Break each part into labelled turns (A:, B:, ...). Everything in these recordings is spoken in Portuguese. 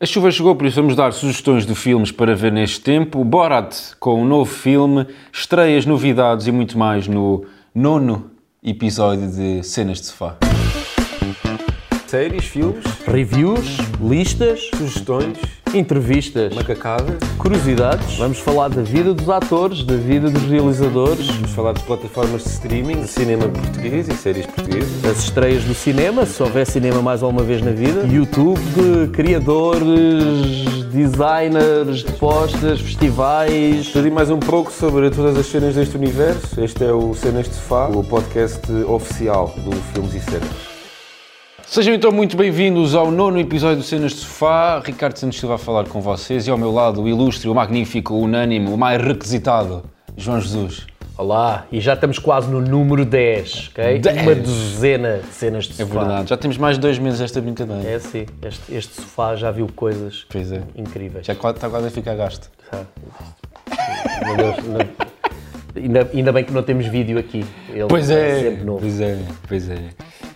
A: A chuva chegou, por isso vamos dar sugestões de filmes para ver neste tempo. Borat, com um novo filme, estreias, novidades e muito mais no nono episódio de Cenas de Sofá. Séries, filmes,
B: Reviews, listas,
A: sugestões,
B: entrevistas,
A: macacadas.
B: curiosidades. Vamos falar da vida dos atores, da vida dos realizadores,
A: Vamos falar de plataformas de streaming, de cinema português e séries portuguesas.
B: das estreias do cinema, se houver cinema mais alguma vez na vida, YouTube, criadores, designers de postas, festivais.
A: Te digo mais um pouco sobre todas as cenas deste universo. Este é o Cenas de Sofá, o podcast oficial do Filmes e Cenas. Sejam então muito bem-vindos ao nono episódio do Cenas de Sofá. Ricardo Santos Silva a falar com vocês e ao meu lado o ilustre, o magnífico, o unânime, o mais requisitado, João Jesus.
B: Olá, e já estamos quase no número 10, ok?
A: Dez.
B: Uma dezena de cenas de
A: É
B: sofá.
A: verdade, já temos mais de dois meses esta brincadeira.
B: É assim, este, este sofá já viu coisas
A: Pois é.
B: incríveis.
A: Já quase- está quase a ficar gasto.
B: Tá. Meu Deus, não- Ainda, ainda bem que não temos vídeo aqui. Ele
A: Pois
B: é
A: é,
B: sempre novo.
A: pois é, pois é.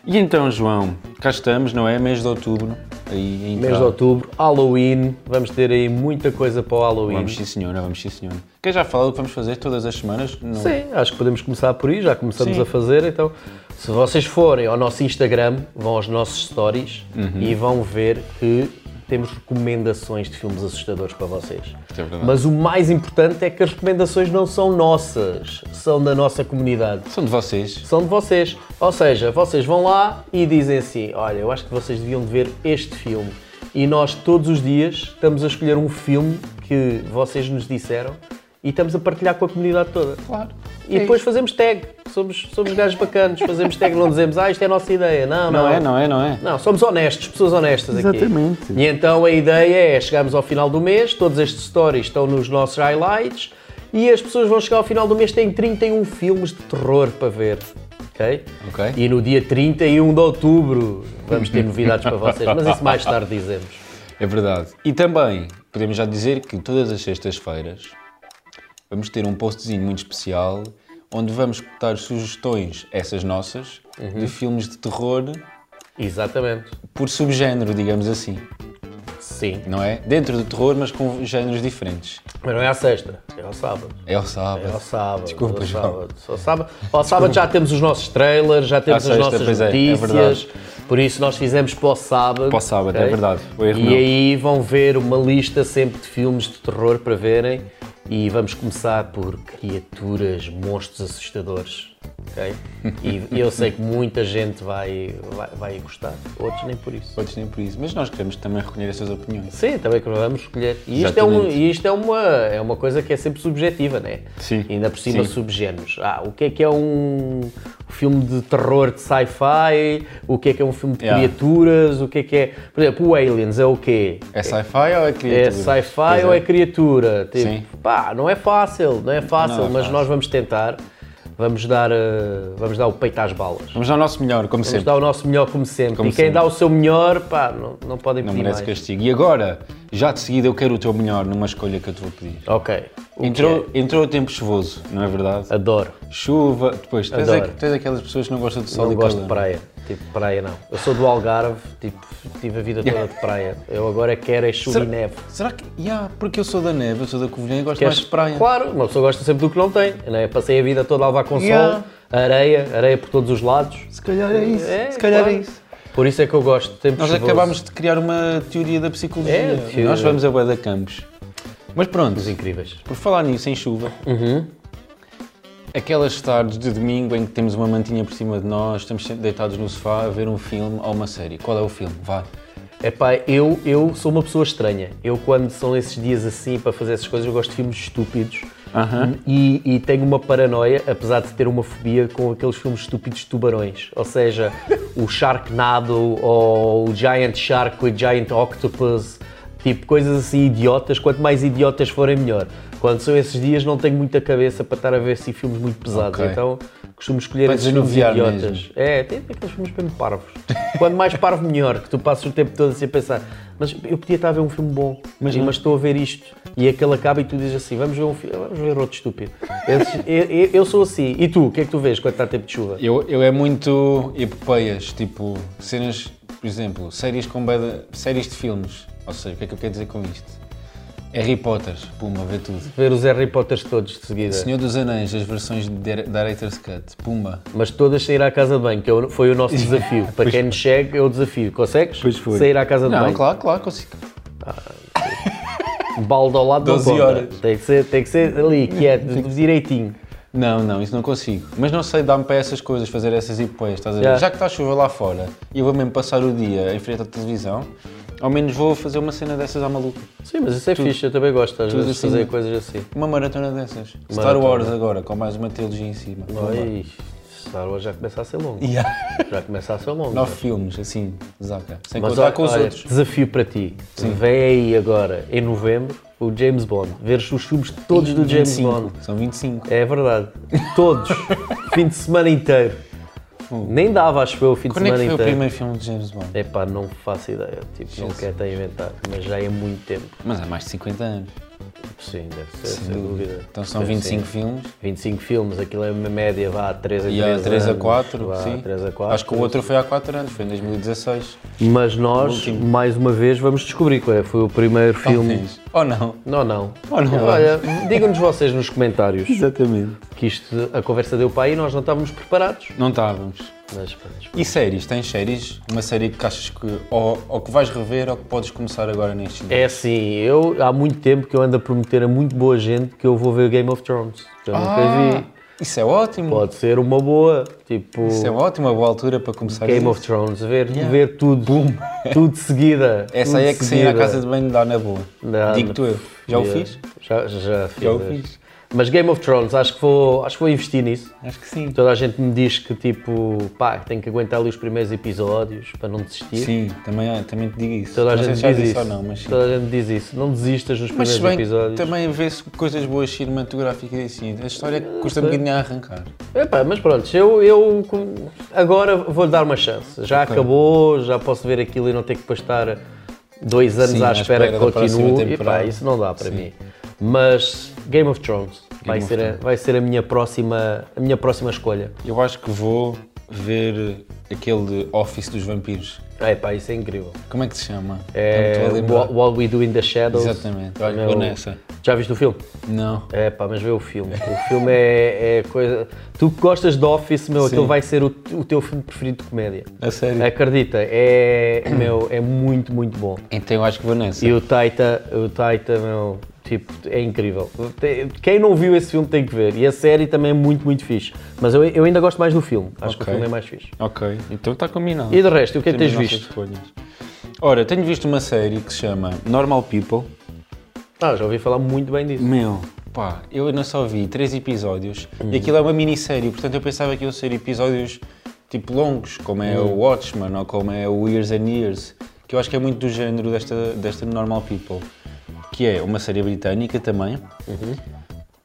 A: E então, João, cá estamos, não é? Mês de outubro. Aí, a
B: Mês
A: entrar.
B: de outubro, Halloween, vamos ter aí muita coisa para o Halloween.
A: Vamos sim senhora, vamos sim senhora. Quer já falar do que vamos fazer todas as semanas? Não.
B: Sim, acho que podemos começar por aí, já começamos
A: Sim.
B: a fazer, então se vocês forem ao nosso Instagram, vão aos nossos stories
A: Uhum.
B: e vão ver que temos recomendações de filmes assustadores para vocês.
A: é verdade.
B: Mas o mais importante é que as recomendações não são nossas, são da nossa comunidade.
A: São de vocês.
B: são de vocês. Ou seja, vocês vão lá e dizem assim: Olha, eu acho que vocês deviam de ver este filme. E nós todos os dias estamos a escolher um filme que vocês nos disseram e estamos a partilhar com a comunidade toda.
A: Claro. É
B: E depois fazemos tag. Somos, somos gajos bacanas, fazemos tag, não dizemos, ah, isto é a nossa ideia. Não, não.
A: Não é, não é, não é?
B: Não, somos honestos, pessoas honestas aqui.
A: Exatamente.
B: E então a ideia é, chegamos ao final do mês, todos estes stories estão nos nossos highlights e as pessoas vão chegar ao final do mês, têm 31 filmes de terror para ver. Ok?
A: Ok.
B: E no dia 31 de outubro vamos ter novidades para vocês, mas isso mais tarde dizemos.
A: É verdade. E também podemos já dizer que todas as sextas-feiras vamos ter um postzinho muito especial onde vamos dar sugestões, essas nossas,
B: Uhum.
A: de filmes de terror
B: Exatamente.
A: por subgénero, digamos assim,
B: Sim.
A: não é? Dentro do terror, mas com géneros diferentes.
B: Mas não é à sexta, é ao sábado.
A: É o sábado.
B: Ao sábado.
A: Desculpa,
B: ao
A: João.
B: sábado. Ao sábado, ao sábado já temos os nossos trailers, já temos
A: À
B: as
A: sexta,
B: nossas
A: pois é, é
B: notícias.
A: verdade.
B: por isso nós fizemos para o sábado.
A: Para o sábado,
B: ok?
A: é verdade. Foi erro
B: E
A: meu.
B: aí vão ver uma lista sempre de filmes de terror para verem. E vamos começar por criaturas, monstros assustadores. ok? E eu sei que muita gente vai, vai, vai gostar, outros nem por isso.
A: Outros nem por isso. Mas nós queremos também recolher essas opiniões.
B: Sim, também que vamos escolher. E isto, é, um-
A: Exatamente.
B: e isto é uma, é uma coisa que é sempre subjetiva, né?
A: Sim.
B: Ainda por cima,
A: Sim.
B: subgéneros. Ah, o que é que é um filme de terror de sci-fi? O que é que é um filme de
A: Yeah.
B: criaturas? O que é que é. Por exemplo, o Aliens é o quê?
A: É sci-fi ou é criatura?
B: É sci-fi ou é criatura? Tipo,
A: Sim.
B: pá, não é fácil, não é fácil,
A: Não é
B: mas
A: fácil.
B: nós vamos tentar. Vamos dar, eh, vamos dar o peito às balas.
A: Vamos dar o nosso melhor, como
B: Vamos
A: sempre.
B: dar o nosso melhor como sempre.
A: Como
B: e quem
A: sempre.
B: dá o seu melhor, pá, não, não podem
A: Não
B: pedir
A: merece
B: mais.
A: castigo. E agora, já de seguida, eu quero o teu melhor numa escolha que eu te vou pedir.
B: Ok. O que
A: Entrou, entrou o tempo chuvoso, não é verdade?
B: é? Adoro.
A: Chuva, depois, tu és,
B: Adoro.
A: aqu- tu és aquelas pessoas é que não gostam de sol
B: Não
A: e
B: gosto de
A: calor.
B: praia. Tipo, praia não. Eu sou do Algarve, tipo, tive a vida toda de praia. Eu agora quero é chuva e neve.
A: Será que. Ya, porque eu sou da neve, eu sou da Covilhã e gosto
B: Queres-
A: mais de praia.
B: Claro, uma pessoa gosta sempre do que não tem. Né? Passei a vida toda a levar com
A: Yeah.
B: sol, areia, areia por todos os lados.
A: Se calhar é isso.
B: É,
A: se calhar
B: claro.
A: é isso.
B: Por isso é que eu gosto. Tempo
A: Nós
B: chuvoso.
A: acabámos de criar uma teoria da psicologia.
B: É, teoria.
A: Nós vamos a Boa da Campos. Mas pronto,
B: incríveis.
A: por falar nisso, em chuva. Aquelas tardes de domingo em que temos uma mantinha por cima de nós, estamos sempre deitados no sofá a ver um filme ou uma série. Qual é o filme? Vai.
B: Epá, eu, eu sou uma pessoa estranha. Eu, quando são esses dias assim para fazer essas coisas, eu gosto de filmes estúpidos. Hum,
A: Aham.
B: E, e tenho uma paranoia, apesar de ter uma fobia com aqueles filmes estúpidos de tubarões. Ou seja, o Sharknado ou o Giant Shark com o Giant Octopus. Tipo, coisas assim idiotas. Quanto mais idiotas forem, melhor. Quando são esses dias, não tenho muita cabeça para estar a ver assim filmes muito pesados.
A: Ok.
B: Então, costumo escolher
A: Para
B: esses filmes
A: desanuviar
B: idiotas.
A: mesmo.
B: É, tem aqueles filmes mesmo parvos. Quanto mais parvo, melhor, que tu passas o tempo todo assim a pensar. Mas eu podia estar a ver um filme bom, mas, mas estou a ver isto. E aquele acaba e tu dizes assim: vamos ver um filme, vamos ver outro estúpido. Esses- eu, eu- eu sou assim. E tu, o que é que tu vês quando está tempo de chuva?
A: Eu, eu é muito epopeias, tipo cenas, por exemplo, séries com bué de- séries de filmes. Ou seja, o que é que eu quero dizer com isto? Harry Potter, pumba, vê tudo.
B: Ver os Harry Potters todos de seguida.
A: Senhor dos Anéis, as versões de dire- Director's Cut, pumba.
B: Mas todas sair à casa de banho, que é o- foi o nosso desafio. Para quem nos segue, é o desafio. Consegues?
A: Pois foi.
B: Sair à casa de
A: Não,
B: banho.
A: claro, claro, consigo.
B: Balde ao lado
A: 12
B: não conta.
A: horas.
B: Tem que ser, tem que ser ali, quieto, direitinho.
A: Não, não, isso não consigo. Mas não sei, dá-me para essas coisas, fazer essas hipóteses, estás a ver?
B: Já.
A: Já que está a chuva lá fora e eu vou mesmo passar o dia em frente à televisão, ao menos vou fazer uma cena dessas à maluca.
B: Sim, mas isso é fixe, eu também gosto às
A: tudo
B: vezes de
A: assim,
B: fazer
A: né?
B: coisas assim.
A: Uma maratona dessas. Star
B: Maratona.
A: Wars agora, com mais uma trilogia em cima.
B: Ai, Star Wars já começa a ser longo.
A: Yeah.
B: Já começa a ser longo.
A: Nove filmes, assim, zaca. Sem
B: Mas
A: contar
B: olha,
A: com os
B: olha,
A: outros.
B: desafio para ti. Vem aí agora, em novembro, o James Bond. Veres os filmes todos do James
A: 25,
B: Bond.
A: São 25.
B: É verdade. Todos. fim de semana inteiro. Nem dava, acho eu, o fim
A: Hum. Quando
B: de
A: é que
B: semana
A: foi o
B: inteiro.
A: primeiro filme de James Bond?
B: Epá, não faço ideia. Tipo, não quero até inventar, mas já é muito tempo.
A: Mas há mais de 50 anos.
B: Sim, deve ser, sem dúvida.
A: Então são
B: Deve
A: 25
B: ser.
A: filmes.
B: 25 filmes, aquilo é uma média, vá, 3 a 3
A: E há 3 a
B: anos,
A: 4,
B: vá,
A: sim.
B: 3 a 4.
A: Acho que o outro foi há 4 anos, foi em 2016.
B: Mas nós, mais uma vez, vamos descobrir qual é. que Foi o primeiro filme.
A: Ou não?
B: Não, não.
A: Ou Oh, não.
B: Olha, digam-nos vocês nos comentários
A: Exatamente.
B: que isto, a conversa deu para aí, nós não estávamos preparados.
A: Não estávamos.
B: Mas pronto.
A: E séries? Tens séries? Uma série que achas que ou, ou que vais rever ou que podes começar agora neste dia?
B: É assim, eu há muito tempo que eu ando a prometer a muito boa gente que eu vou ver Game of Thrones. que Eu nunca vi.
A: Isso é ótimo.
B: Pode ser uma boa, tipo
A: Isso é ótimo, uma boa altura para começar
B: Game
A: isso.
B: of Thrones, ver, ver tudo, tudo de seguida.
A: Essa
B: tudo
A: aí é
B: de
A: que sair à
B: seguida.
A: casa de banho dá na boa.
B: Não,
A: Digo-te
B: não.
A: eu. Já o
B: Yeah.
A: fiz?
B: Já, já fiz.
A: Já o
B: acho.
A: fiz.
B: Mas Game of Thrones, acho que vou, acho que vou investir nisso.
A: Acho que sim.
B: Toda a gente me diz que tipo, pá, que tenho que aguentar ali os primeiros episódios para não desistir.
A: Sim, também, também te digo isso.
B: Toda a
A: não sei
B: gente
A: se já
B: diz
A: disse
B: isso.
A: ou não, mas sim.
B: Toda a gente diz isso. Não desistas nos
A: Mas
B: primeiros
A: se bem que
B: episódios.
A: também vê-se coisas boas cinematográficas e assim. A história
B: Ah,
A: custa um bocadinho a arrancar.
B: Epá, mas pronto, eu, eu com- agora vou-lhe dar uma chance. Já acabou, já posso ver aquilo e não ter que depois estar dois anos
A: Sim,
B: à
A: à
B: espera,
A: espera da
B: que
A: próxima
B: continue. Epá,
A: temporada.
B: isso não dá para mim. Mas Game of Thrones vai,
A: of
B: ser, a- vai ser a minha próxima, a minha próxima escolha.
A: Eu acho que vou ver aquele Office dos Vampiros.
B: Ah, Epá, isso é incrível.
A: Como é que se chama? Não
B: É,
A: me estou a
B: What,
A: lembrar.
B: What We Do in the Shadows.
A: Exatamente. Olha,
B: Meu-
A: vou nessa.
B: Já viste o filme?
A: Não.
B: É pá, mas vê o filme. O filme é, é coisa. Tu que gostas de Office, meu, aquilo
A: Sim.
B: vai ser o, o teu filme preferido de comédia.
A: A sério?
B: Acredita, é, meu, é muito, muito bom.
A: Então eu acho que vou nessa.
B: E o Taita, o Taita, meu, tipo, é incrível. Tem- Quem não viu esse filme tem que ver. E a série também é muito, muito fixe. Mas eu, eu ainda gosto mais do filme. Acho que o
A: Ok.
B: filme é mais fixe.
A: Ok, então está combinado.
B: E de resto, o que é que tens
A: Temos nossas
B: visto?
A: escolhas. Ora, tenho visto uma série que se chama Normal People.
B: Ah, já ouvi falar muito bem disso.
A: Meu, pá, eu ainda só vi três episódios
B: Hum.
A: e aquilo é uma minissérie, portanto eu pensava que iam ser episódios tipo longos, como é
B: Hum.
A: o Watchmen ou como é o Years and Years, que eu acho que é muito do género desta, desta Normal People, que é uma série britânica também.
B: Uhum.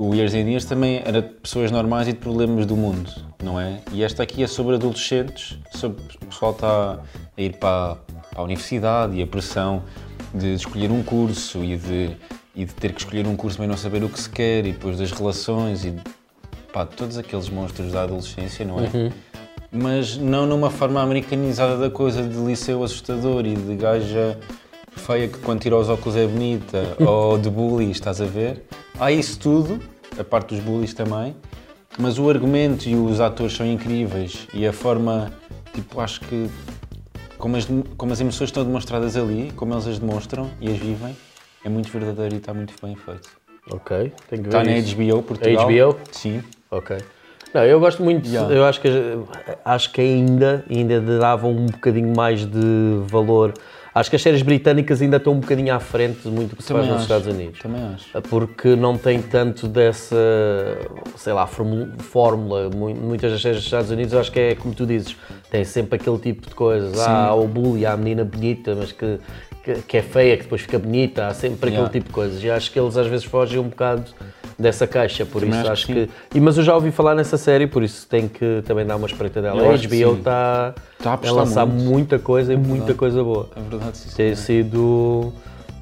A: O Years and Years também era de pessoas normais e de problemas do mundo, não é? E esta aqui é sobre adolescentes, sobre o pessoal está a ir para, para a universidade e a pressão de escolher um curso e de, e de ter que escolher um curso mas não saber o que se quer e depois das relações e pá, todos aqueles monstros da adolescência, não é? Mas não numa forma americanizada da coisa de liceu assustador e de gaja feia que quando tira os óculos é bonita ou de bullies, estás a ver? Há isso tudo, a parte dos bullies também, mas o argumento e os atores são incríveis e a forma, tipo, acho que como as, como as emoções estão demonstradas ali, como eles as demonstram e as vivem, é muito verdadeiro e está muito bem feito.
B: Ok, tenho que ver.
A: Está Tá na
B: É isso.
A: HBO Portugal.
B: HBO?
A: Sim.
B: Ok. Não, eu gosto muito,
A: Yeah.
B: eu acho que, acho que ainda, ainda davam um bocadinho mais de valor. Acho que as séries britânicas ainda estão um bocadinho à frente de muito do que se faz nos
A: acho.
B: Estados Unidos.
A: Também acho.
B: Porque não tem tanto dessa, sei lá, formu- fórmula. Mu- Muitas das séries dos Estados Unidos, eu acho que é como tu dizes, tem sempre aquele tipo de coisas. Ah, há o bully, há a menina bonita, mas que, que, que é feia, que depois fica bonita. Há sempre aquele
A: Yeah.
B: tipo de coisas. E acho que eles às vezes fogem um bocado dessa caixa, por
A: Também
B: isso acho
A: acho que
B: que. e- mas eu já ouvi falar nessa série, por isso tem que também dar uma espreita dela.
A: Eu
B: a
A: acho que
B: HBO
A: sim.
B: está
A: Está a
B: tá a
A: apostar
B: lançar
A: muito.
B: muita coisa e muita coisa boa
A: É verdade, sim.
B: ter sido.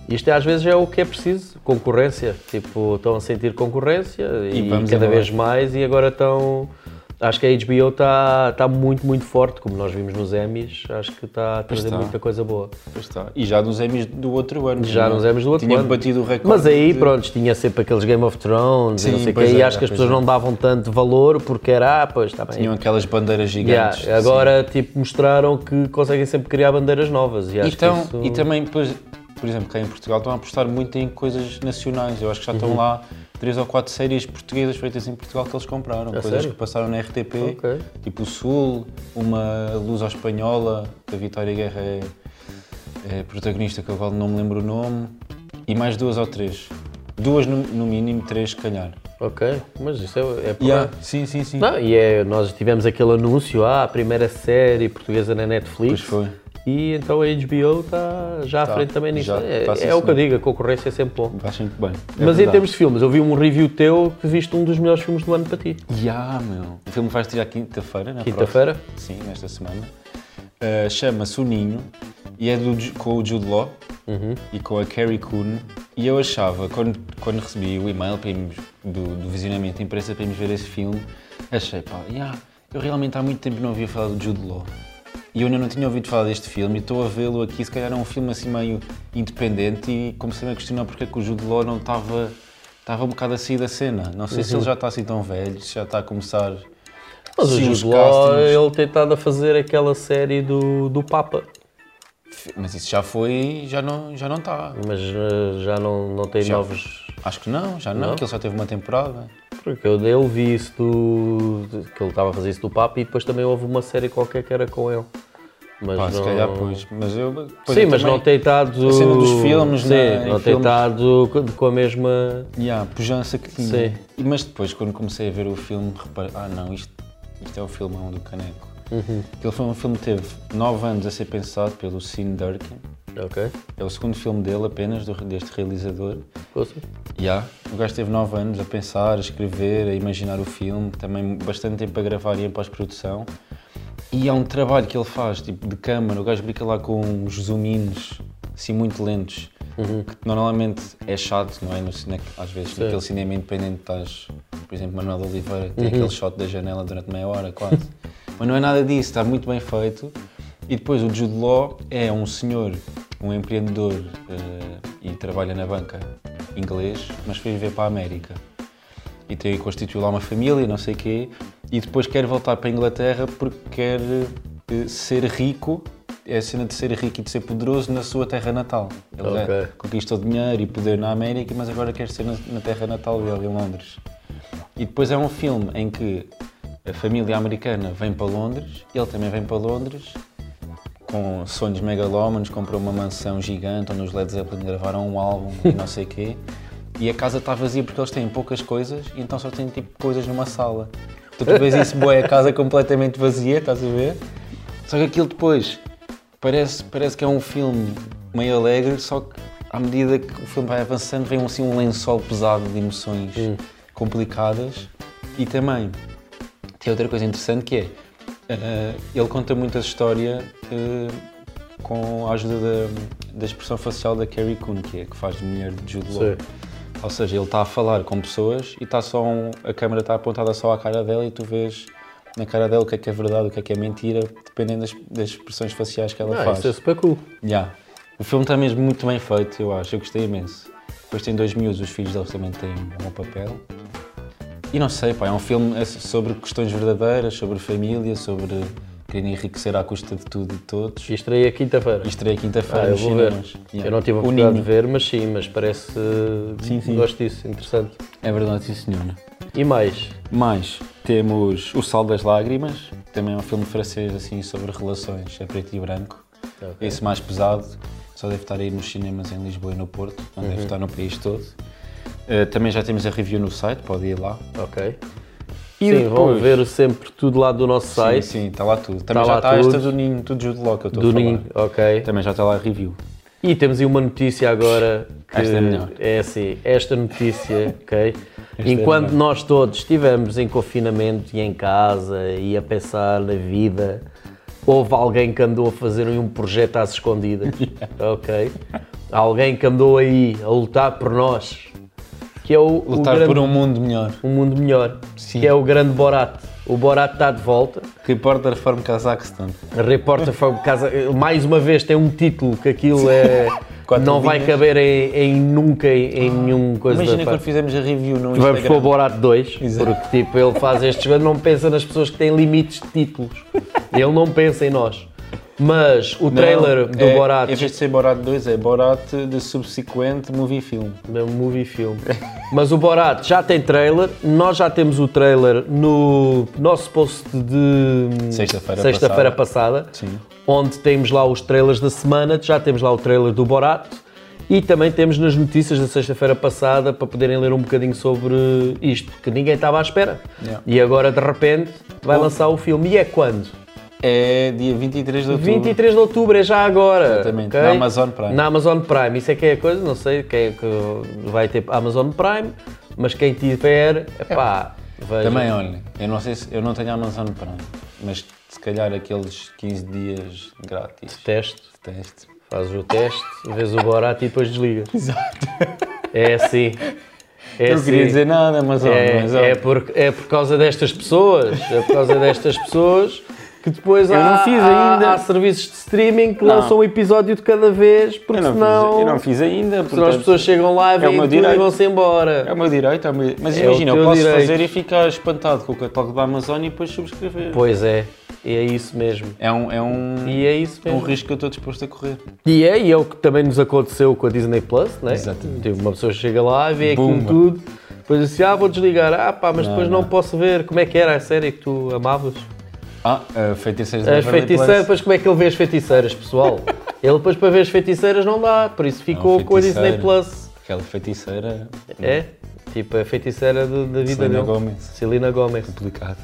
B: Isto é, às vezes é o que é preciso, concorrência. Tipo, estão a sentir concorrência e,
A: E vamos
B: cada
A: embora.
B: vez mais e agora estão, Acho que a HBO está tá muito, muito forte, como nós vimos nos Emmys. Acho que está a
A: Pois
B: trazer
A: tá.
B: muita coisa boa.
A: Pois está. E já nos Emmys do outro ano.
B: Já
A: não é?
B: nos Emmys do outro
A: Tinha
B: ano.
A: batido o recorde.
B: Mas aí,
A: de-
B: pronto, tinha sempre aqueles Game of Thrones e
A: Sim,
B: não sei o quê.
A: pois
B: E
A: é,
B: acho que as
A: pois
B: pessoas
A: é.
B: não davam tanto valor porque era, ah, pois está bem.
A: Tinham aquelas bandeiras
B: Yeah,
A: gigantes.
B: agora, tipo, mostraram que conseguem sempre criar bandeiras novas. E acho
A: Então,
B: que isso...
A: e também, pois, por exemplo, cá em Portugal estão a apostar muito em coisas nacionais. Eu acho que já
B: Uhum.
A: estão lá três ou quatro séries portuguesas feitas em Portugal que eles compraram. coisas
B: sério?
A: que passaram na RTP,
B: Ok.
A: tipo o Sul, uma Luz à Espanhola, que a Vitória Guerra é, é protagonista, que eu agora não me lembro o nome, e mais duas ou três. Duas no, no mínimo, três se calhar.
B: Ok, mas isso é, é por
A: Yeah, Sim, sim, sim.
B: Não, e é, nós tivemos aquele anúncio, ah, a primeira série portuguesa na
A: Pois
B: Netflix.
A: foi.
B: E então a HBO está tá já à frente também nisso.
A: já,
B: é
A: tá sim,
B: é o que eu
A: senhor.
B: digo, a concorrência é sempre bom.
A: Acho muito bem. É
B: Mas em
A: verdade.
B: termos de filmes, eu vi um review teu que viste um dos melhores filmes do ano para ti.
A: Ya, meu. O filme vais tirar quinta-feira, na
B: Quinta-feira?
A: próxima. Sim, nesta semana. Uh, Chama-se O Ninho e é do Ju- com o Jude Law e com a Carrie Coon. E eu achava, quando, quando recebi o e-mail para irmos- do, do visionamento de imprensa para irmos ver esse filme, achei, pá, ya, eu realmente há muito tempo não ouvia falar do Jude Law. E eu ainda não tinha ouvido falar deste filme e estou a vê-lo aqui, se calhar é um filme assim meio independente e comecei-me a questionar porque é que o Jude Law não estava estava um bocado a sair da cena. Não sei se ele já está assim tão velho, se já está a começar.
B: Mas
A: se
B: o
A: os
B: Jude Law,
A: castings-
B: ele tem estado a fazer aquela série do, do Papa,
A: Mas isso já foi, já não, já não está.
B: mas eh, já não, não tem novos...
A: Acho que não, já não, que ele só teve uma temporada.
B: Porque eu, eu vi isso do... de- que ele estava a fazer isso do Papa e depois também houve uma série qualquer que era com ele. Mas
A: Pá,
B: não...
A: se calhar, pois. Mas eu. pois
B: Sim,
A: eu
B: mas
A: também-
B: não tem estado.
A: a cena dos filmes,
B: Sim,
A: né, em
B: não tem
A: filmes.
B: estado co- com a mesma.
A: E há a pujança que tinha.
B: Sim.
A: E- Mas depois, quando comecei a ver o filme, reparei, ah não, isto, isto é o filmão do Caneco.
B: Uhum.
A: Aquele foi um filme que teve nove anos a ser pensado pelo Sean Durkin.
B: Ok.
A: É o segundo filme dele apenas, do- deste realizador.
B: Ouça.
A: Yeah. O gajo teve 9 anos a pensar, a escrever, a imaginar o filme, também bastante tempo a gravar e em pós-produção. E há um trabalho que ele faz, tipo de câmara, o gajo brinca lá com uns zoominhos assim muito lentos, que normalmente é chato, não é? No cine... Às vezes, naquele cinema independente, estás, por exemplo, Manuel de Oliveira, que tem aquele shot da janela durante meia hora, quase. Mas não é nada disso, está muito bem feito. E depois o Jude Law é um senhor, um empreendedor eh, e trabalha na banca inglês, mas foi viver para a América e tem, constituiu lá uma família e não sei o quê, e depois quer voltar para a Inglaterra porque quer eh, ser rico, é a cena de ser rico e de ser poderoso na sua terra natal. Ele já
B: Ok.
A: conquistou dinheiro e poder na América, mas agora quer ser na, na terra natal dele, em Londres. E depois é um filme em que a família americana vem para Londres, ele também vem para Londres, com sonhos megalómanos, comprou uma mansão gigante onde os Led Zeppelin gravaram um álbum e não sei quê. E a casa está vazia porque eles têm poucas coisas e então só têm tipo coisas numa sala. Então tu vês isso, boé, a casa completamente vazia, estás a ver? Só que aquilo depois parece, parece que é um filme meio alegre, só que à medida que o filme vai avançando vem assim um lençol pesado de emoções complicadas e também tem outra coisa interessante que é, eh, ele conta muito a história eh, com a ajuda da, da expressão facial da Carrie Coon, que é que faz de mulher de Jude Law.
B: Sim.
A: Ou seja, ele está a falar com pessoas e está só um- a câmera está apontada só à cara dela e tu vês na cara dela o que é que é verdade, o que é que é mentira, dependendo das, das expressões faciais que ela
B: Ah,
A: faz.
B: isso é super cool.
A: Ya. O filme está mesmo muito bem feito, eu acho. Eu gostei imenso. Depois tem dois miúdos, os filhos deles também têm um bom papel. E não sei, pá, é um filme é sobre questões verdadeiras, sobre família, sobre querer enriquecer à custa de tudo e de todos.
B: E Estreia quinta-feira.
A: E estreia
B: Ah,
A: quinta-feira
B: eu
A: nos
B: vou ver.
A: cinemas. Ya.
B: Eu não tive a
A: O
B: oportunidade de
A: Ninho.
B: ver, mas sim, mas parece.
A: Sim, sim.
B: Gosto disso, interessante.
A: É verdade, sim senhora.
B: E mais?
A: Mais, temos O Sal das Lágrimas, que também é um filme francês assim sobre relações, é preto e branco.
B: Ok.
A: Esse mais pesado, só deve estar aí nos cinemas em Lisboa e no Porto, não
B: Uhum.
A: deve estar no país todo. Eh, também já temos a review no site, pode ir lá.
B: Ok.
A: E
B: sim, vão
A: depois?
B: ver sempre tudo lá do nosso
A: Sim,
B: site.
A: sim, está lá tudo. Também
B: Está
A: já
B: lá
A: está esta do
B: tudo.
A: Ninho, tudo Jude Law que eu estou a
B: Do
A: falar.
B: Ninho, ok.
A: Também já está lá a review.
B: E temos aí uma notícia agora que
A: Esta é melhor.
B: é assim, esta notícia, ok?
A: Esta é
B: Enquanto
A: melhor.
B: nós todos estivemos em confinamento e em casa e a pensar na vida, houve alguém que andou a fazer um projeto às escondidas, ok? Alguém que andou aí a lutar por nós, que é o, o
A: Lutar
B: grande,
A: por um mundo melhor.
B: um mundo melhor,
A: Sim.
B: que é o grande Borat. O Borat está de volta.
A: Reporter from Kazakhstan.
B: Reporter from Kazakhstan. Mais uma vez tem um título que aquilo é.
A: Quatro
B: não vai
A: linhas. Ah,
B: caber em, em nunca em, em nenhum coisa
A: Imagina
B: da
A: quando fizemos a review no
B: Vamos para o
A: Instagram.
B: Borat 2,
A: Exato.
B: porque tipo, ele faz estes coisas, não pensa nas pessoas que têm limites de títulos. Ele não pensa em nós. Mas o trailer do
A: é,
B: Borat,
A: Em vez de ser Borat 2, é Borat de subsequente movie film.
B: meu movie film, mas o Borat já tem trailer, nós já temos o trailer no nosso post de
A: Sexta-feira
B: sexta-feira passada,
A: Sim.
B: onde temos lá os trailers da semana, já temos lá o trailer do Borat e também temos nas notícias da sexta-feira passada para poderem ler um bocadinho sobre isto, que ninguém estava à espera.
A: Yeah.
B: E agora de repente vai lançar o filme. E é quando?
A: É dia 23 de outubro.
B: 23 de outubro, é já agora.
A: Exatamente,
B: ok?
A: na Amazon Prime.
B: Na Amazon Prime, isso é que é a coisa, não sei quem é que vai ter Amazon Prime, mas quem tiver, epá, veja.
A: É. Também, olha, eu não sei se eu não tenho Amazon Prime, mas se calhar aqueles 15 dias grátis
B: Teste,
A: de teste.
B: fazes o teste, vês o Borat e depois desligas.
A: Exato.
B: É assim. É
A: não queria
B: assim.
A: dizer nada, Amazon, mas olha,
B: É, é, por, é por causa destas pessoas, é por causa destas pessoas que depois
A: Eu
B: há,
A: não fiz
B: há-
A: ainda.
B: há serviços de streaming que
A: Não.
B: lançam um episódio de cada vez, porque
A: eu, não
B: senão,
A: fiz, eu não fiz ainda,
B: senão as
A: portanto,
B: pessoas chegam lá e
A: o
B: veem
A: meu
B: tudo e
A: direito.
B: vão-se embora.
A: É o meu direito, é o meu... mas
B: É
A: imagina,
B: o
A: eu
B: teu
A: posso
B: direito.
A: fazer e ficar espantado com o catálogo da Amazon e depois subscrever.
B: Pois é, é isso mesmo.
A: É um, é um,
B: E é isso
A: é um
B: mesmo.
A: risco que eu estou disposto a correr.
B: E é, e é o que também nos aconteceu com a Disney Plus, né?
A: Exatamente.
B: Tipo, uma pessoa chega lá e vê aquilo
A: Bumba.
B: tudo, depois assim, ah, vou desligar, ah pá, mas depois não. posso ver como é que era a série que tu amavas.
A: Ah, uh, feiticeiros da
B: As
A: Beverly
B: feiticeiras,
A: Place.
B: depois como é que ele vê as feiticeiras, pessoal? ele depois para ver as feiticeiras não dá, por isso ficou com a
A: feiticeira.
B: Disney Plus.
A: Aquela feiticeira,
B: É? Tipo, a feiticeira de- da vida
A: Selena
B: dele.
A: Gomez,
B: Celina Gomes.
A: complicada.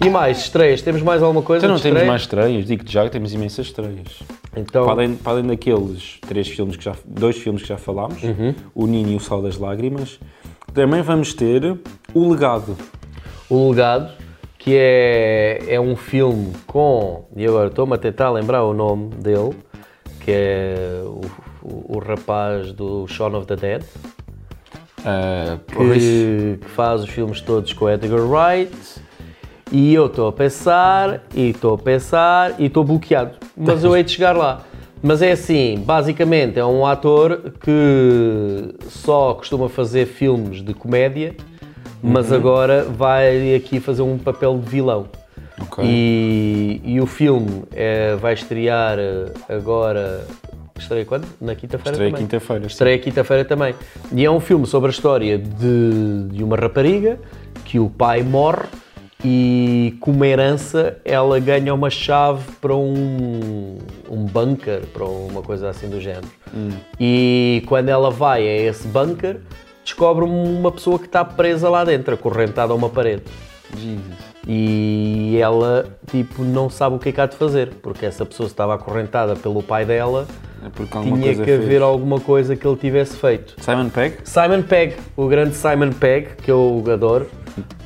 B: E mais, estreias, temos mais alguma coisa?
A: Então não
B: de
A: temos
B: estreia?
A: mais estreias, digo-te já que temos imensas estreias.
B: Então,
A: Para além, para além daqueles três filmes que já, dois filmes que já falámos, o Nino e o Sal das Lágrimas, também vamos ter o Legado.
B: O Legado, que é, é um filme com. E agora estou-me a tentar lembrar o nome dele, que é o, o- o rapaz do Shaun of the Dead,
A: Ah,
B: que, que faz os filmes todos com Edgar Wright. E eu estou a pensar, e estou a pensar, e estou bloqueado. Mas eu hei de chegar lá. Mas é assim, basicamente é um ator que só costuma fazer filmes de comédia,
A: Uhum.
B: mas agora vai aqui fazer um papel de vilão.
A: Ok.
B: E, e o filme eh, vai estrear eh, agora. Estreia quando? Na quinta-feira
A: Estreia
B: também.
A: quinta-feira, sim.
B: Estreia quinta-feira também. E é um filme sobre a história de, de uma rapariga que o pai morre e, como herança, ela ganha uma chave para um, um bunker, para uma coisa assim do género. E quando ela vai a esse bunker, descobre uma pessoa que está presa lá dentro, acorrentada a uma parede.
A: Jesus.
B: E ela, tipo, não sabe o que é que há de fazer, porque essa pessoa estava acorrentada pelo pai dela,
A: É porque alguma
B: tinha
A: coisa
B: que haver
A: fez.
B: alguma coisa que ele tivesse feito.
A: Simon Pegg?
B: Simon Pegg, o grande Simon Pegg, que eu adoro,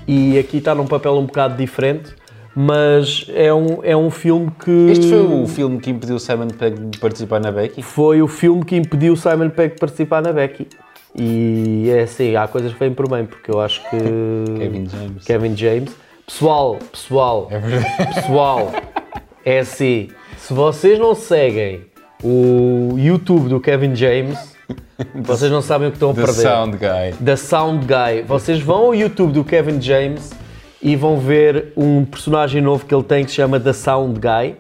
B: e aqui está num papel um bocado diferente, mas é um, é um filme que.
A: Este foi o filme que impediu Simon Pegg de participar na Becky?
B: Foi o filme que impediu Simon Pegg de participar na Becky. E é assim, há coisas que vêm por bem, porque eu acho que.
A: Kevin James. É
B: Kevin James. Pessoal, pessoal, pessoal, é assim, se vocês não seguem o YouTube do Kevin James, vocês não sabem o que estão a perder.
A: Guy.
B: Da Sound Guy. Vocês vão ao YouTube do Kevin James e vão ver um personagem novo que ele tem que se chama The Sound Guy.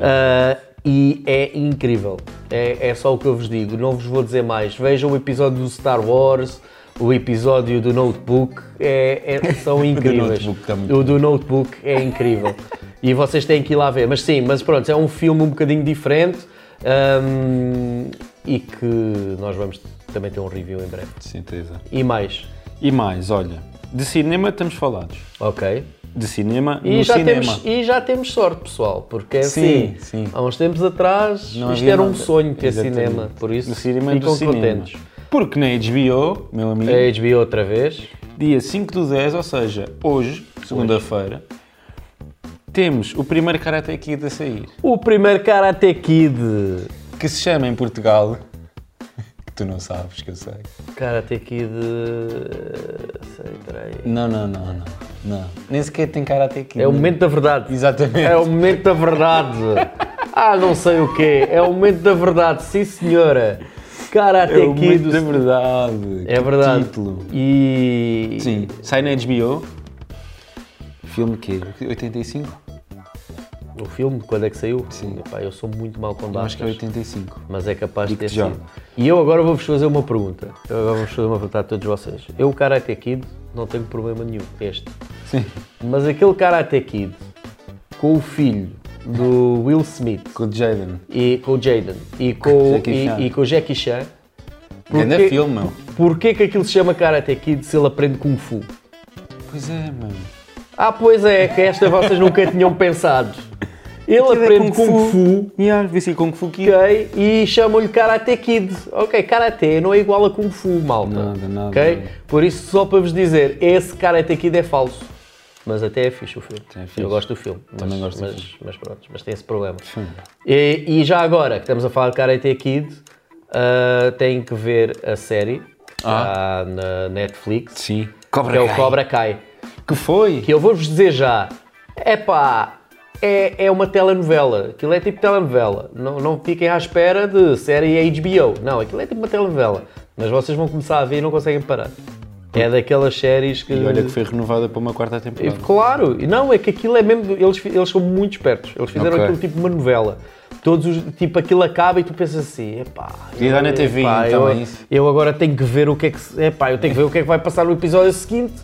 B: Ah, e é incrível. É, é só o que eu vos digo. Não vos vou dizer mais. Vejam o episódio do Star Wars, o episódio do Notebook. É, é- são incríveis.
A: Notebook está muito
B: o do Notebook é incrível. e vocês têm que ir lá ver. Mas sim, mas pronto, é um filme um bocadinho diferente. hum, e que nós vamos também ter um review em breve.
A: De certeza.
B: E mais.
A: E mais, olha, de cinema estamos falados.
B: Ok.
A: De cinema
B: E
A: no
B: já,
A: cinema.
B: temos, e já temos sorte, pessoal, porque é
A: Sim,
B: assim,
A: sim.
B: há uns tempos atrás
A: Não
B: isto
A: havia
B: era um
A: nada.
B: sonho ter
A: Exatamente.
B: cinema, por isso
A: Do cinema
B: ficam
A: do cinema.
B: contentes. É
A: Porque na HBO, meu amigo,
B: A HBO outra vez,
A: dia 5 do 10, ou seja, hoje, segunda-feira, temos o primeiro Karate Kid a sair,
B: o primeiro Karate Kid.
A: que se chama em Portugal, que tu não sabes, que eu sei.
B: Karate Kid... eh, Sei, peraí.
A: Não, não, não, não. Não. Nem sequer tem karate aqui. né?
B: É o momento da verdade.
A: Exatamente.
B: É o momento da verdade. ah, não sei o quê. É o momento da verdade, sim senhora. Karate
A: É o
B: Kid.
A: momento da verdade.
B: É verdade.
A: título.
B: E.
A: Sim. Sai na HBO. Filme que 85?
B: O filme, quando é que saiu?
A: Sim.
B: Epá, eu sou muito mal com
A: Eu
B: datas.
A: acho que é 85.
B: Mas é capaz de ter
A: já.
B: sido. E eu agora vou-vos fazer uma pergunta. Eu agora vou-vos fazer uma pergunta a todos vocês. Eu, Karate Kid, não tenho problema nenhum. Este.
A: Sim.
B: Mas aquele Karate Kid com o filho do Will Smith
A: Com o Jaden.
B: e com o Jaden e com,
A: Jackie Chan.
B: e, e com o Jackie Chan.
A: Grande
B: porquê-
A: filme, meu.
B: Porquê que aquilo se chama Karate Kid se ele aprende Kung Fu?
A: Pois é, meu.
B: Ah, pois é, que esta vocês nunca tinham pensado. Ele aprende Kung, Fu,
A: Yeah, vi Kung Fu é. Kid.
B: ok? E chamam-lhe Karate Kid. Ok, Karate não é igual a Kung Fu, malta.
A: Nada, nada.
B: ok? Por isso, só para vos dizer, esse Karate Kid é falso. Mas até é fixe o filme.
A: Até é fixe.
B: Eu gosto do filme. Mas,
A: Também gosto do
B: mas, mas pronto, mas tem esse problema. E, e já agora que estamos a falar de Karate Kid, ah, têm que ver a série ah. na Netflix,
A: Sim.
B: que é o Cobra Kai.
A: Que foi?
B: Que eu vou-vos dizer já, epá, é, é uma telenovela. Aquilo é tipo telenovela. Não, não fiquem à espera de série HBO. Não, aquilo é tipo uma telenovela. Mas vocês vão começar a ver e não conseguem parar. É daquelas séries que.
A: E olha que foi renovada para uma quarta
B: E,
A: temporada.
B: Claro, e não, é que aquilo é mesmo. Eles, fi- eles são muito espertos. Eles fizeram
A: Ok.
B: aquilo tipo de uma novela. Todos os, tipo, aquilo acaba e tu pensas assim, epá.
A: E dá na TV, então,
B: eu,
A: é isso.
B: eu agora tenho que ver o que é que. se- Epá, eu tenho que ver o que é que vai passar no episódio seguinte.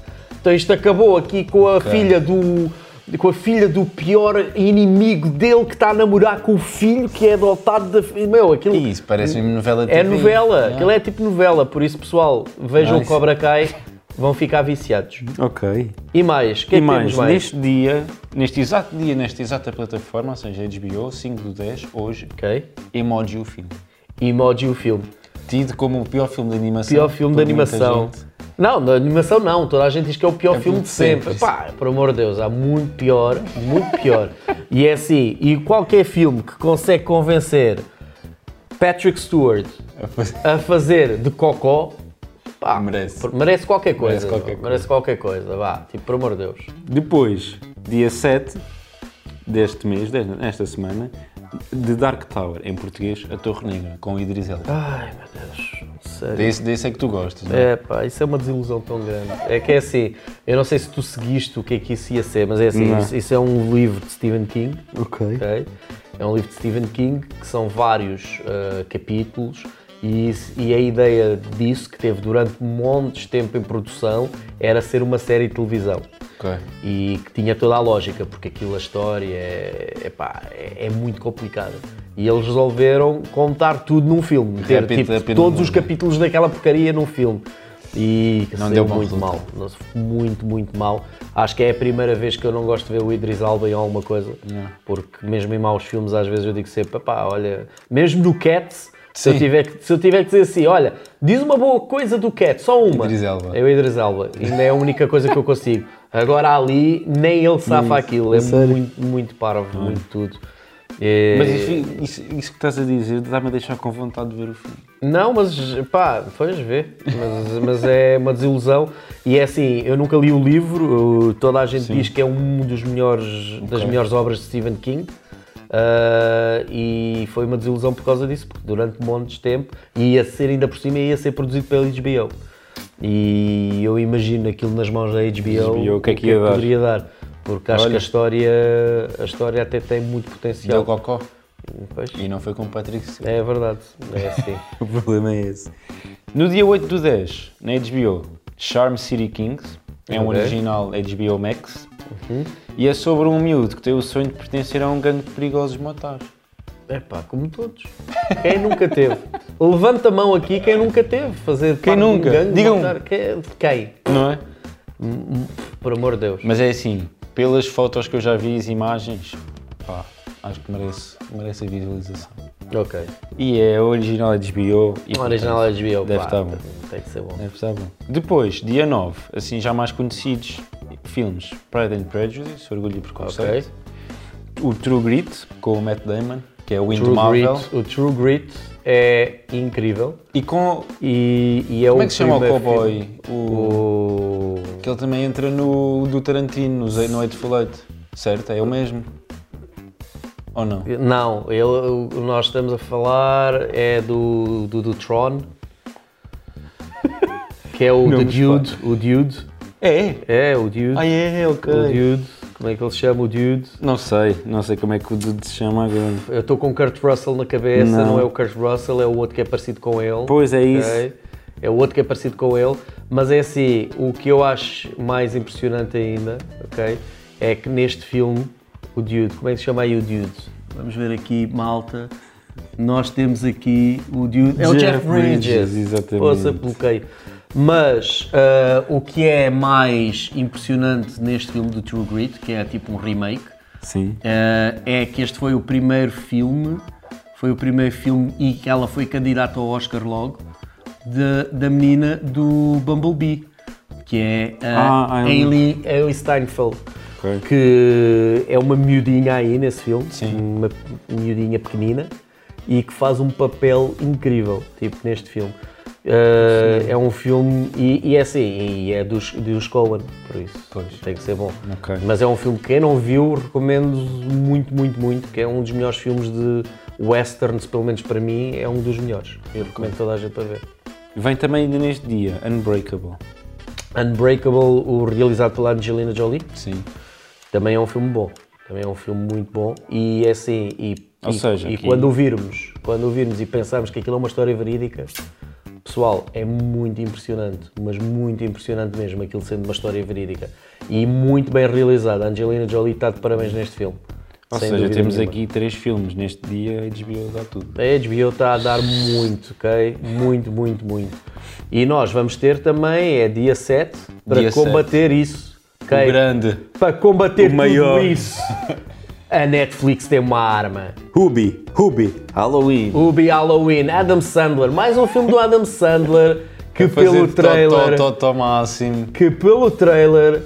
B: Então isto acabou aqui com a filha do. Com a filha do pior inimigo dele que está a namorar com o filho que é adotado da. fi- Meu, aquilo.
A: Isso, parece uma novela de
B: É
A: TV.
B: novela,
A: Yeah.
B: aquilo é tipo novela, por isso pessoal, vejam o
A: Nice.
B: Cobra Kai, vão ficar viciados.
A: Ok.
B: E mais, o que é
A: E
B: que
A: mais,
B: temos mais?
A: neste dia, neste exato dia, nesta exata plataforma, ou seja, HBO, 5 do 10, hoje,
B: Ok.
A: Emoji o filme.
B: Emoji o filme.
A: Tido como o pior filme de animação.
B: Pior filme de
A: por Então, muita
B: animação.
A: gente.
B: Não, da animação não. Toda a gente diz que é o pior
A: É
B: filme
A: muito
B: de sempre.
A: simples.
B: Pá, por amor de Deus, há muito pior, muito pior. e é assim, e qualquer filme que consegue convencer Patrick Stewart a fazer de cocó, pá,
A: Merece.
B: por- merece qualquer coisa.
A: Merece qualquer
B: não? Merece qualquer coisa, vá. Tipo, por amor de Deus.
A: Depois, dia 7 deste mês, des- nesta semana, de Dark Tower, em português, A Torre Negra, com o Idris Elba.
B: Ai, meu Deus. Sério.
A: Desse, desse é que tu gostas, não é?
B: É pá, isso é uma desilusão tão grande. É que é assim, eu não sei se tu seguiste o que é que isso ia ser, mas é assim,
A: Não.
B: isso, isso é um livro de Stephen King,
A: Ok.
B: ok? É um livro de Stephen King que são vários ah, capítulos e, isso- e a ideia disso, que teve durante montes de tempo em produção, era ser uma série de televisão e que tinha toda a lógica, porque aquilo a história é, epá, é, é muito complicada. E eles resolveram contar tudo num filme, ter
A: Rápido,
B: tipo,
A: rápido,
B: todos
A: não
B: os
A: é?
B: capítulos daquela porcaria num filme. E
A: Não
B: saiu
A: deu bom
B: muito mal,
A: resultado.
B: Não, muito, muito mal. Acho que é a primeira vez que eu não gosto de ver o Idris Alba em alguma coisa,
A: É.
B: porque mesmo em maus filmes às vezes eu digo sempre, pá, olha, mesmo no Cats, se eu,
A: Sim.
B: tiver que, se eu tiver que dizer assim, olha, diz uma boa coisa do Cats, só uma.
A: Idris Elba.
B: É o Idris Elba. Ainda é a única coisa que eu consigo. Agora ali, nem ele safa aquilo. É muito, muito parvo, muito tudo. É-
A: Ah. Mas isso, isso- isso que estás a dizer dá-me a deixar com vontade de ver o filme.
B: Não, mas pá, pois vê. Mas, mas é uma desilusão. E é assim, eu nunca li o livro. uh, Toda a gente diz que é um dos melhores, das melhores obras de Stephen King. uh, e foi uma desilusão por causa disso, porque durante montes de tempo ia ser, ainda por cima, ia ser produzido pela HBO. E eu imagino aquilo nas mãos da HBO,
A: HBO, o que é que ia dar?
B: poderia dar. Porque acho
A: Olha.
B: que a história, a história até tem muito
A: Deu
B: potencial.
A: cocó.
B: Pois,
A: E não foi com o Patrick Stewart.
B: é verdade, é assim.
A: O problema é esse. No dia 8 do 10, na HBO, Charm City Kings. É um
B: Ok.
A: original HBO Max. E é sobre um miúdo que tem o sonho de pertencer a um gangue de perigosos motards.
B: É pá, como todos. Quem nunca teve? Levanta a mão aqui quem nunca teve. Fazer
A: Quem
B: parte de um
A: nunca?
B: gangue,
A: Diga um.
B: montar- Quem? quem?
A: Não é?
B: Por amor de Deus.
A: Mas é assim, pelas fotos que eu já vi, as imagens, pá, acho que merece, merece a visualização.
B: Ok.
A: E é original HBO. E
B: Um original
A: portanto,
B: HBO.
A: Deve
B: pá,
A: estar bom.
B: Tem que ser bom.
A: Deve estar bom. É Depois, dia 9, assim já mais conhecidos, filmes Pride and Prejudice, Orgulho e Preconceito. O True Grit, com o Matt Damon, que é o
B: True
A: Indomável.
B: Grit, o True Grit é incrível.
A: E com...
B: E, e é
A: Como
B: o
A: é que se chama o
B: primeiro
A: cowboy?
B: filme-
A: O...
B: O.
A: Que ele também entra no do Tarantino, no, no Eightful Eight. Certo? É o mesmo. Ou não?
B: Não, ele, nós estamos a falar é do, do, do Tron, que é o
A: Não
B: The
A: me
B: Dude, o Dude.
A: É?
B: É, o Dude.
A: Ah, é, ok.
B: O Dude. Como é que ele se chama? O Dude.
A: Não sei, não sei como é que o Dude se chama agora.
B: Eu estou com o Kurt Russell na cabeça, não.
A: Não.
B: é o Kurt Russell, é o outro que é parecido com ele.
A: Pois é isso.
B: ok? É o outro que é parecido com ele, mas é assim, o que eu acho mais impressionante ainda, ok? É que neste filme, o Dude, como é que se chama aí o Dude? Vamos ver aqui, malta. Nós temos aqui o Dude. É o Jeff,
A: Jeff
B: Bridges.
A: Bridges, exatamente.
B: Ouça, bloqueio. Mas ah, o que é mais impressionante neste filme do True Grit, que é tipo um remake,
A: Sim.
B: eh, é que este foi o primeiro filme, foi o primeiro filme e que ela foi candidata ao Oscar logo, de- da menina do Bumblebee, que é
A: Ah,
B: a
A: a Ellie.
B: Hailey, Hailey Steinfeld,
A: Ok.
B: que é uma miudinha aí nesse filme,
A: Sim.
B: uma miudinha pequenina, e que faz um papel incrível, tipo, neste filme. Eh, é um filme, e, e é assim, e é dos, dos Coen, por isso tem que ser bom.
A: Ok.
B: Mas é um filme que quem não viu, recomendo muito, muito, muito, que é um dos melhores filmes de westerns, pelo menos para mim, é um dos melhores. Eu recomendo toda a gente para ver.
A: Vem também ainda neste dia, Unbreakable.
B: Unbreakable, o realizado pela Angelina Jolie,
A: Sim.
B: também é um filme bom. Também é um filme muito bom e é assim, e,
A: Ou
B: e-
A: seja,
B: e
A: aqui-
B: quando ouvirmos, quando ouvirmos e pensarmos que aquilo é uma história verídica, pessoal, é muito impressionante, mas muito impressionante mesmo aquilo sendo uma história verídica e muito bem realizada. A Angelina Jolie está de parabéns neste filme.
A: Ou
B: sem
A: seja,
B: dúvida
A: temos
B: nenhuma.
A: aqui três filmes neste dia e desviou dá tudo.
B: A HBO está a dar muito, ok? Muito, muito, muito. E nós vamos ter também, é dia 7, para
A: Dia
B: combater isso. ok?
A: O grande.
B: Para
A: O
B: combater tudo
A: maior.
B: isso. A Netflix tem uma arma.
A: Ruby, Ruby, Halloween.
B: Ubi Halloween, Adam Sandler, mais um filme do Adam Sandler que
A: Fazer
B: pelo
A: tó, tó,
B: trailer,
A: tó, tó máximo.
B: que pelo trailer,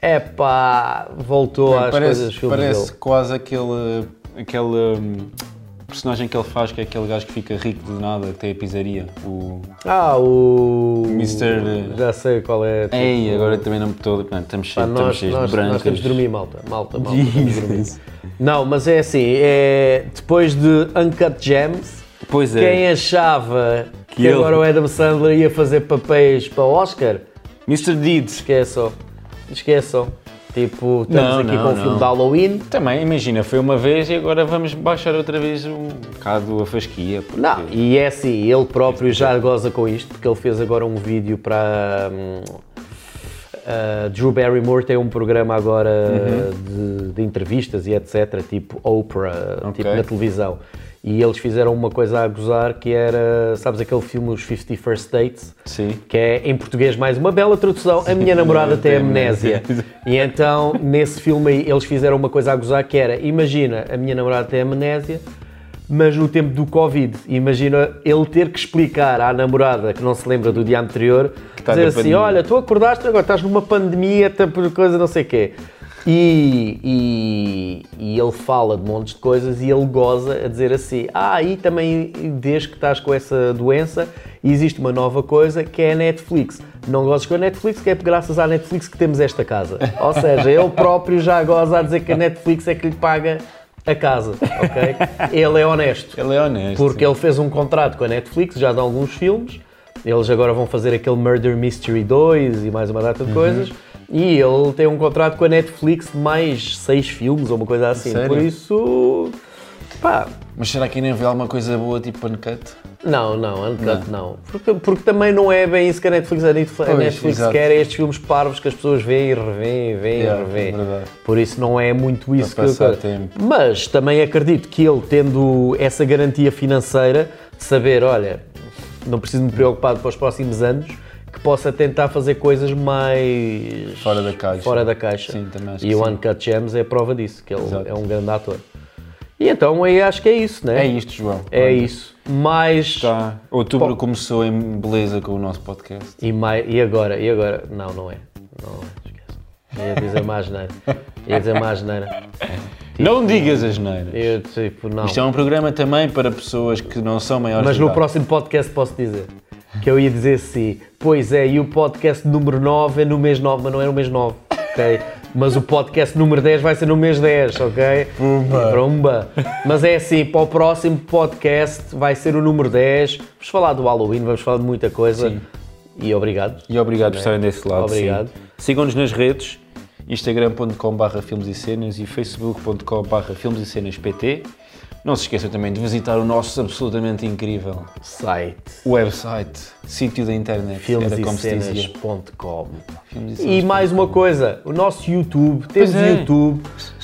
B: epá, voltou às coisas dos
A: Parece,
B: filmes
A: parece
B: dele.
A: quase aquele, aquele hum, personagem que ele faz, que é aquele gajo que fica rico do nada, que tem a pizzaria. O...
B: Ah, o...
A: Mr.
B: Já sei qual é. tipo,
A: eh, Ei, agora também não me estou. Não, estamos
B: Pá,
A: cheios, estamos
B: nós,
A: cheios
B: nós,
A: de brancas.
B: nós temos de dormir, malta. Malta, malta. temos de dormir. Não, mas é assim, é, depois de Uncut Gems,
A: Pois é.
B: quem achava que,
A: Que ele-
B: agora o Adam Sandler ia fazer papéis para o Oscar,
A: Mr. Deeds.
B: esqueçam. Esqueçam. Tipo, estamos
A: Não,
B: aqui
A: não,
B: com o
A: não.
B: filme de Halloween.
A: Também, imagina, foi uma vez e agora vamos baixar outra vez um bocado a fasquia. porque-
B: Não, e é assim, ele próprio
A: é.
B: já goza com isto, porque ele fez agora um vídeo para. hum, a Drew Barrymore tem um programa agora de, de entrevistas e etc, tipo Oprah,
A: Uhum. Ok.
B: tipo na televisão. E eles fizeram uma coisa a gozar que era, sabes aquele filme Os 50 First Dates?
A: Sim.
B: que é em português mais uma bela tradução, a minha namorada tem amnésia. E então, nesse filme aí, eles fizeram uma coisa a gozar que era, imagina, a minha namorada tem amnésia, mas no tempo do Covid, imagina ele ter que explicar à namorada que não se lembra do dia anterior,
A: está
B: dizer
A: na
B: assim,
A: pandemia.
B: olha, tu acordaste agora, estás numa pandemia, tá por coisa não sei quê. E, e, e ele fala de montes de coisas e ele goza a dizer assim: Ah, e também desde que estás com essa doença, existe uma nova coisa que é a Netflix. Não gozes com a Netflix, que é graças à Netflix que temos esta casa. Ou seja, ele próprio já goza a dizer que a Netflix é que lhe paga a casa, ok? Ele é honesto.
A: Ele é honesto.
B: Porque ele fez um contrato com a Netflix, já de alguns filmes. Eles agora vão fazer aquele Murder Mystery 2 e mais uma data de coisas. E ele tem um contrato com a Netflix de mais seis filmes ou uma coisa assim.
A: Sério?
B: Por isso. Pá,
A: Mas será que ainda vê alguma coisa boa tipo Uncut?
B: não, não, Uncut não. Porque, porque também não é bem isso que a Netflix, a Netflix, a
A: Pois,
B: Netflix
A: exato.
B: quer, é estes filmes parvos que as pessoas veem e revêem, e veem
A: Yeah, é
B: e revêem.
A: verdade.
B: Por isso não é muito isso
A: Para passar
B: que eu
A: tempo.
B: Mas também acredito que ele, tendo essa garantia financeira de saber, olha, não preciso me preocupar para os próximos anos, que possa tentar fazer coisas mais.
A: Fora da caixa.
B: Fora da caixa.
A: Sim, também acho
B: E
A: que
B: o
A: sim.
B: Uncut Gems é prova disso, que ele
A: Exato.
B: é um grande ator. E então aí acho que é isso, né?
A: É isto, João.
B: É isso. Mais.
A: Tá. Outubro
B: Pô.
A: começou em beleza com o nosso podcast.
B: E, mai- e agora? E agora? Não, não é. Não é, esquece. Ia dizer mais neira. Ia dizer mais neira.
A: não digas as neiras.
B: Eu tipo, não.
A: é Isto é um programa também para pessoas que não são maiores
B: Mas
A: de
B: no
A: idade.
B: próximo podcast posso dizer. que eu ia dizer assim, pois é, e o podcast número 9 é no mês 9, mas não é no mês 9, ok? Mas o podcast número 10 vai ser no mês 10, ok?
C: Pumba.
B: Brumba. Mas é assim, para o próximo podcast vai ser o número 10. Vamos falar do Halloween, vamos falar de muita coisa. E obrigado.
A: E obrigado por estarem desse lado. sim.
B: Obrigado.
A: Sigam-nos nas redes, instagram.com.br filmes e cenas e facebook.com.br filmes e cenas PT. Não se esqueçam também de visitar o nosso absolutamente incrível
B: Site.
A: website, sítio da internet,
B: filmes
A: era
B: e
A: como se dizia.
B: cenas.com.
A: Filmes e
B: E
A: cenas.
B: mais uma coisa, o nosso YouTube, temos
A: Pois é.
B: YouTube,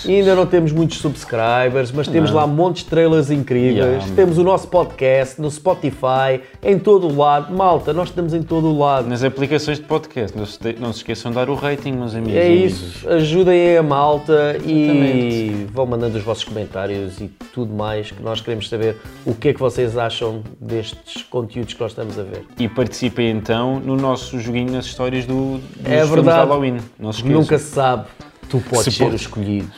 B: ainda não temos muitos subscribers, mas temos lá montes de trailers incríveis,
A: Yeah, mano.
B: temos o nosso podcast no Spotify, em todo o lado, malta, nós estamos em todo o lado.
A: Nas aplicações de podcast, não se, de- não se esqueçam de dar o rating, meus amigos.
B: É
A: e amigas.
B: isso, ajudem a malta e
A: Exatamente.
B: vão mandando os vossos comentários e tudo mais que nós queremos saber o que é que vocês acham destes conteúdos que nós estamos a ver.
A: E participem então no nosso joguinho nas histórias do, dos
B: É
A: filmes de
B: verdade.
A: Halloween. Não se esqueçam.
B: Nunca se sabe. Tu podes
A: Se
B: ser
A: pode-
B: o escolhido.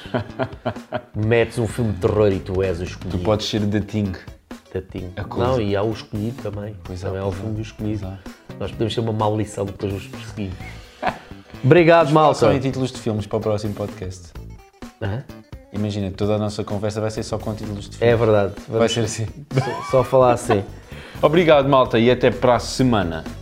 B: Metes um filme de terror e tu és o escolhido.
A: Podes ser da Ting.
B: Tatinho.
A: coisa.
B: Não, e há o escolhido também.
A: Pois é,
B: também há o
A: pois é,
B: filme do escolhido.
A: pois é.
B: Nós podemos ser uma maldição depois de os perseguir. Obrigado, malta.
A: Só em títulos de filmes para o próximo podcast.
B: Hã?
A: Imagina, toda a nossa conversa vai ser só com títulos de filmes.
B: É verdade.
A: Vai
B: Vamos
A: ser assim.
B: só falar assim.
A: Obrigado, malta, e até para a semana.